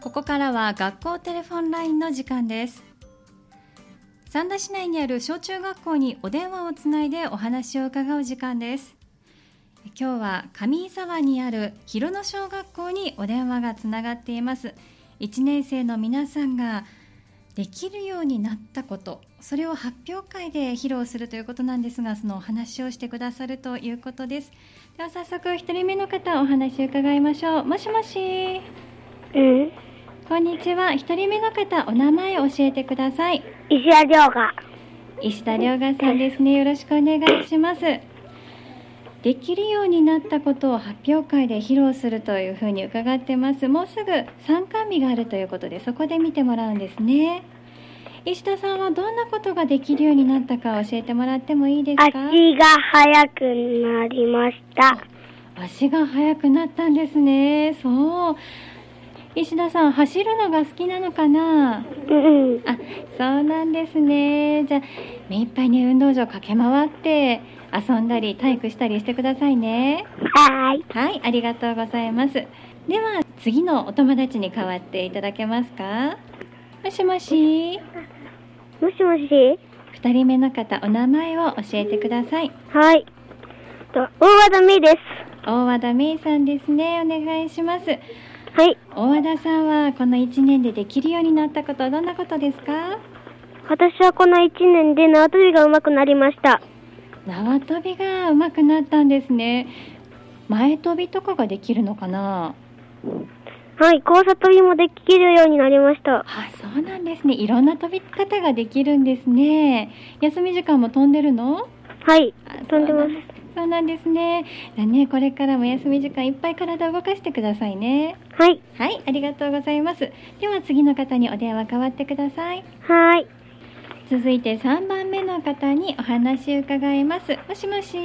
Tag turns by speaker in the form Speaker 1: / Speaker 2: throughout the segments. Speaker 1: ここからは学校テレフォンラインの時間です三田市内にある小中学校にお電話をつないでお話を伺う時間です今日は上井沢にある広野小学校にお電話がつながっています1年生の皆さんができるようになったことそれを発表会で披露するということなんですがそのお話をしてくださるということですでは早速一人目の方お話を伺いましょうもしもし
Speaker 2: えー、
Speaker 1: こんにちは一人目の方お名前教えてください
Speaker 2: 石田亮が。
Speaker 1: 石田良賀さんですねよろしくお願いしますできるようになったことを発表会で披露するというふうに伺ってますもうすぐ参観日があるということでそこで見てもらうんですね石田さんはどんなことができるようになったか教えてもらってもいいですか
Speaker 2: 足が速くなりました。
Speaker 1: 足が速くなったんですねそう石田さん走るのが好きなのかな
Speaker 2: うん。
Speaker 1: あそうなんですねじゃあ目いっぱいね運動場駆け回って遊んだり体育したりしてくださいね
Speaker 2: はーい。
Speaker 1: はいありがとうございますでは次のお友達に代わっていただけますかもしもし
Speaker 2: もしもし
Speaker 1: 2人目の方お名前を教えてください
Speaker 2: はい。と、大和田美です。
Speaker 1: 大和田芽衣さんですねお願いします
Speaker 2: はい。
Speaker 1: 大和田さんはこの1年でできるようになったことどんなことですか
Speaker 2: 私はこの1年で縄跳びが上手くなりました。
Speaker 1: 縄跳びが上手くなったんですね前跳びとかができるのかな
Speaker 2: はい。交差跳びもできるようになりました。
Speaker 1: あそうなんですねいろんな飛び方ができるんですね休み時間も飛んでるの
Speaker 2: はい
Speaker 1: あ。
Speaker 2: 飛んでます。
Speaker 1: そうなんですねじゃあねこれからも休み時間いっぱい体を動かしてくださいね
Speaker 2: はい。
Speaker 1: はいありがとうございますでは次の方にお電話代わってください
Speaker 2: はーい。
Speaker 1: 続いて3番目の方にお話伺いますもしもし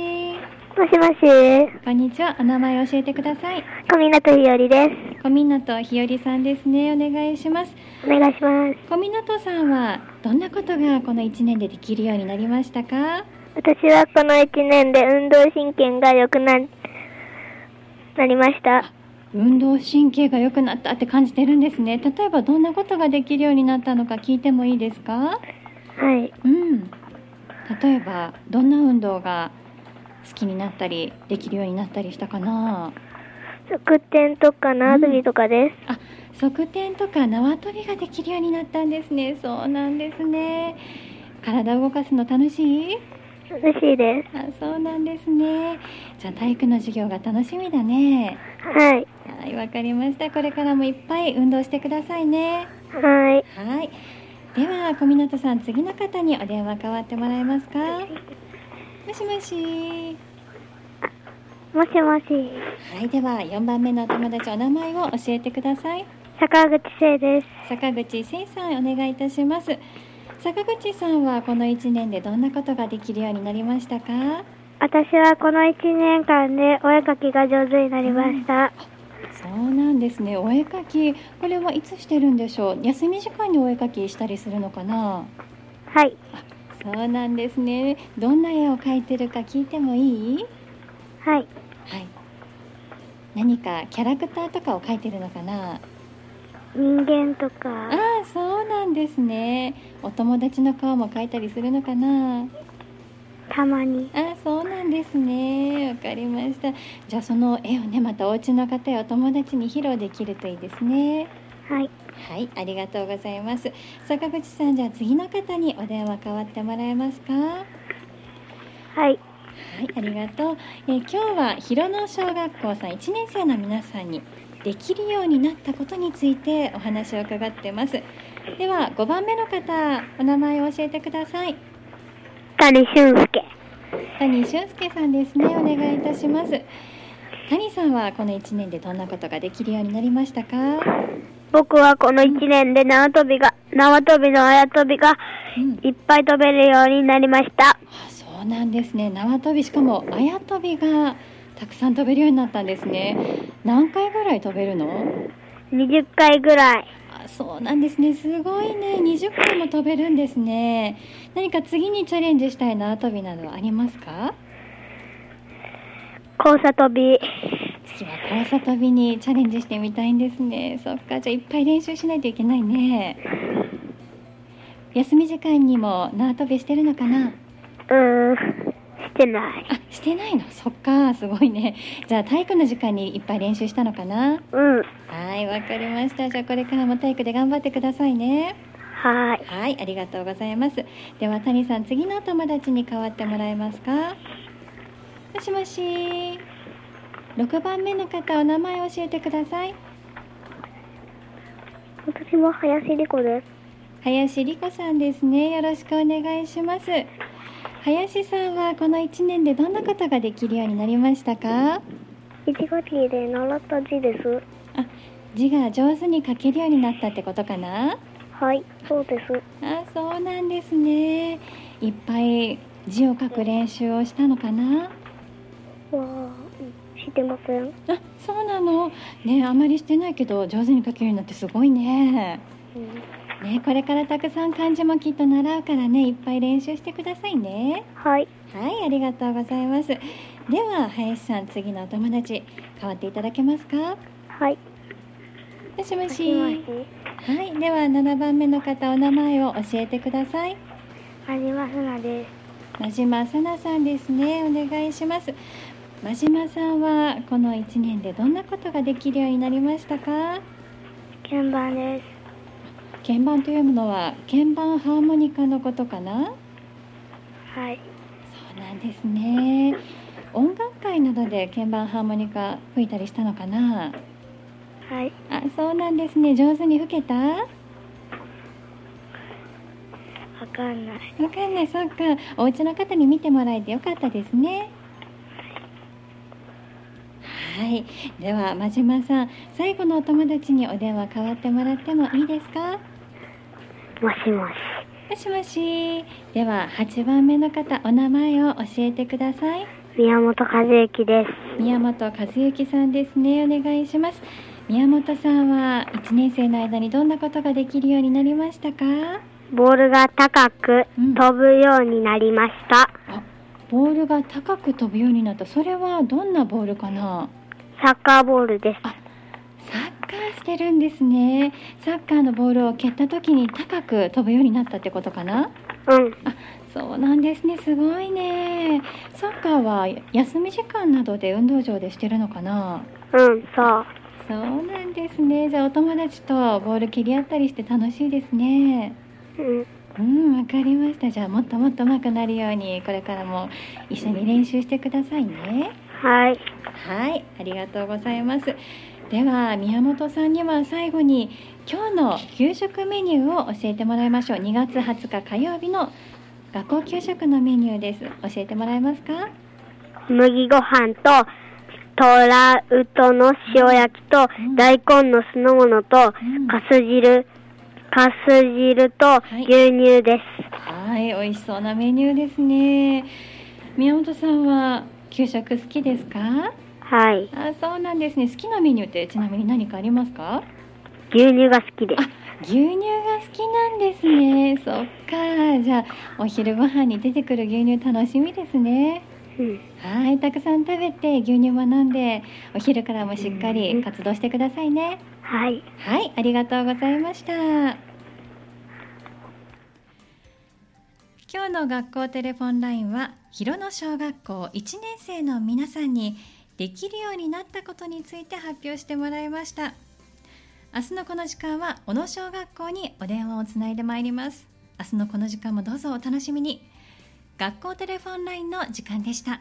Speaker 2: もしもし。
Speaker 1: こんにちはお名前教えてください
Speaker 2: 小湊ひよりで
Speaker 1: 小湊ひよりさんですねお願いします
Speaker 2: す。お願いします。
Speaker 1: 小湊さんはどんなことがこの1年でできるようになりましたか
Speaker 2: 私はこの1年で運動神経が良くな、なりました。
Speaker 1: 運動神経が良くなったって感じてるんですね例えばどんなことができるようになったのか聞いてもいいですか
Speaker 2: はい。
Speaker 1: うん例えばどんな運動が好きになったりできるようになったりしたかな
Speaker 2: 側転とか縄跳びとかです。
Speaker 1: あ、側転とか縄跳びができるようになったんですねそうなんですね体を動かすの楽しい
Speaker 2: 嬉しいで
Speaker 1: あそうなんですねじゃあ体育の授業が楽しみだね
Speaker 2: す。はい。
Speaker 1: はいわかりましたこれからもいっぱい運動してくださいね
Speaker 2: はい。
Speaker 1: はいでは小湊さん次の方にお電話代わってもらえますかもしもし
Speaker 2: もしもし。
Speaker 1: はいでは4番目のお友達お名前を教えてください
Speaker 2: 坂口聖です。
Speaker 1: 坂口誠さんお願いいたします坂口さんはこの1年でどんなことができるようになりましたか
Speaker 2: 私はこの1年間でお絵かきが上手になりました。
Speaker 1: そうなんですねお絵かきこれはいつしてるんでしょう休み時間にお絵かきしたりするのかな
Speaker 2: はい。
Speaker 1: そうなんですねどんな絵を描いてるか聞いてもいい
Speaker 2: はい。
Speaker 1: はい何かキャラクターとかを描いてるのかな
Speaker 2: 人間と
Speaker 1: あ
Speaker 2: か、
Speaker 1: あそうなんですねお友達の顔も描いたりするのかな
Speaker 2: たまに。
Speaker 1: あそうなんですねわかりましたじゃあその絵をねまたお家の方やお友達に披露できるといいですね
Speaker 2: はい。
Speaker 1: はいありがとうございます坂口さんじゃあ次の方にお電話代わってもらえますかは
Speaker 2: はい。
Speaker 1: いありがとう、えー今日は広野小学校さん1年生の皆さんにできるようになったことについてお話を伺ってますでは5番目の方お名前を教えてください
Speaker 2: 谷俊介。
Speaker 1: 谷俊介さんですねお願いいたします谷さんはこの1年でどんなことができるようになりましたか、
Speaker 2: 僕はこの1年で縄跳びが、縄跳びのあや跳びが
Speaker 1: うん、
Speaker 2: いっぱい飛べるようになりました。
Speaker 1: あそうなんですね縄跳びしかも綾跳びがたくさん飛べるようになったんですね何回ぐらい飛べるの
Speaker 2: 20回ぐらい。
Speaker 1: あそうなんですねすごいね20回も飛べるんですね何か次にチャレンジしたい縄跳びなどはありますか
Speaker 2: 交差跳び。
Speaker 1: 次は交差跳びにチャレンジしてみたいんですねそっかじゃあいっぱい練習しないといけないね休み時間にも縄跳びしてるのかな
Speaker 2: うーん、してない。
Speaker 1: あしてないのそっかすごいねじゃあ体育の時間にいっぱい練習したのかな
Speaker 2: うん、は
Speaker 1: はいわかりましたじゃあこれからも体育で頑張ってくださいね
Speaker 2: ーい。
Speaker 1: はいありがとうございますでは谷さん次のお友達に代わってもらえますかもしもし6番目の方お名前を教えてください
Speaker 2: 私も林理子です。
Speaker 1: 林理子さんですねよろしくお願いします林さんはこの1年でどんなことができるようになりましたか
Speaker 2: 一語キーで習った字です。
Speaker 1: あ字が上手に書けるようになったってことかな
Speaker 2: はい、そうです。
Speaker 1: あそうなんですねいっぱい字を書く練習をしたのかな
Speaker 2: わー、知ってません。
Speaker 1: あそうなのねあまりしてないけど上手に書けるようになってすごいね
Speaker 2: うん、
Speaker 1: ねこれからたくさん漢字もきっと習うからねいっぱい練習してくださいね
Speaker 2: はい、
Speaker 1: はいありがとうございますでは林さん次のお友達代わっていただけますか
Speaker 2: はい。
Speaker 1: もしも
Speaker 2: も
Speaker 1: し
Speaker 2: しもし。
Speaker 1: はいでは7番目の方お名前を教えてください
Speaker 2: はじまさなです。
Speaker 1: 真島さなさんですねお願いします真島さんはこの1年でどんなことができるようになりましたか
Speaker 2: 鍵盤です。
Speaker 1: 鍵盤というものは鍵盤ハーモニカのことかな
Speaker 2: はい。
Speaker 1: そうなんですね音楽会などで鍵盤ハーモニカ吹いたりしたのかな
Speaker 2: はい。
Speaker 1: あそうなんですね上手に吹けたわ
Speaker 2: わかんない。
Speaker 1: かんないそっかお家の方に見てもらえてよかったですねはいでは真島さん最後のお友達にお電話代わってもらってもいいですか
Speaker 2: もしもし。
Speaker 1: もしもしでは8番目の方お名前を教えてください
Speaker 2: 宮本和之です。
Speaker 1: 宮本和幸さんですねお願いします宮本さんは1年生の間にどんなことができるようになりましたか
Speaker 2: ボールが高く
Speaker 1: うん
Speaker 2: 飛ぶようになりました。
Speaker 1: あボールが高く飛ぶようになったそれはどんなボールかな
Speaker 2: サッカーボールです。
Speaker 1: あサッカーしてるんですねサッカーのボールを蹴った時に高く飛ぶようになったってことかな
Speaker 2: うん。
Speaker 1: あそうなんですねすごいねサッカーは休み時間などで運動場でしてるのかな
Speaker 2: うん、そう。
Speaker 1: そうなんですね。じゃあお友達とボール蹴り合ったりして楽しいですね。
Speaker 2: うん、
Speaker 1: うん、わかりました。じゃあもっともっと上手くなるようにこれからも一緒に練習してくださいね。
Speaker 2: はい。
Speaker 1: はい、ありがとうございます。では宮本さんには最後に今日の給食メニューを教えてもらいましょう。2月20日火曜日の学校給食のメニューです。教えてもらえますか？
Speaker 2: 麦ご飯と、トラウトの塩焼きと
Speaker 1: うん、
Speaker 2: 大根の酢の物と
Speaker 1: うん、
Speaker 2: かす汁、かす汁と
Speaker 1: い
Speaker 2: 牛乳です。
Speaker 1: はい、美味しそうなメニューですね。宮本さんは給食好きですか？
Speaker 2: はい。
Speaker 1: あ、そうなんですね。好きなメニューってちなみに何かありますか？
Speaker 2: 牛乳が好きです
Speaker 1: あ。、牛乳が好きなんですね。そっか。じゃあお昼ご飯に出てくる牛乳楽しみですね。
Speaker 2: うん、
Speaker 1: はい、たくさん食べて牛乳も飲んで、お昼からもしっかり活動してくださいね。
Speaker 2: はい。
Speaker 1: はい、ありがとうございました。今日の学校テレフォンラインは広野小学校1年生の皆さんにできるようになったことについて発表してもらいました明日のこの時間は小野小学校にお電話をつないでまいります明日のこの時間もどうぞお楽しみに学校テレフォンラインの時間でした